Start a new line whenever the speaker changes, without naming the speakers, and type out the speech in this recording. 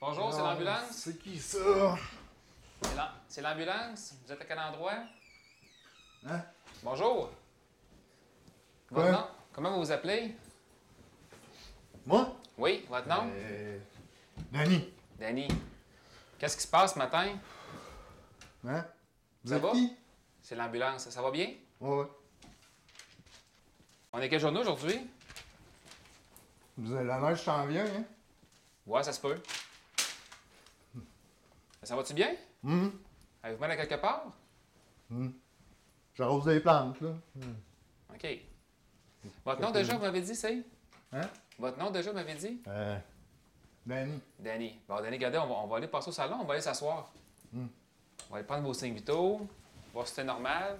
Bonjour, c'est
Ah,
l'ambulance.
C'est qui ça?
C'est l'am- C'est l'ambulance. Vous êtes à quel endroit?
Hein?
Bonjour. Votre
Ouais.
nom? Comment vous vous appelez?
Moi?
Oui, votre nom?
Euh, Danny.
Danny. Qu'est-ce qui se passe ce matin?
Hein? Vous
Ça
êtes
va?
qui?
C'est l'ambulance. Ça va bien?
Ouais, ouais.
On est quel journée aujourd'hui?
Vous avez la neige s'en vient, hein?
Ouais, ça se peut. Ça va-tu bien?
Hum.
Avez-vous mal à quelque part?
J'arrose des plantes, là.
OK. Votre nom déjà, vous m'avez dit, c'est?
Hein?
Votre nom déjà, vous m'avez dit?
Euh, Danny.
Danny. Bon, Danny, regardez, on va, on va
Hmm.
aller passer au salon, on va aller s'asseoir. On va aller prendre vos signes vitaux, voir si c'est normal.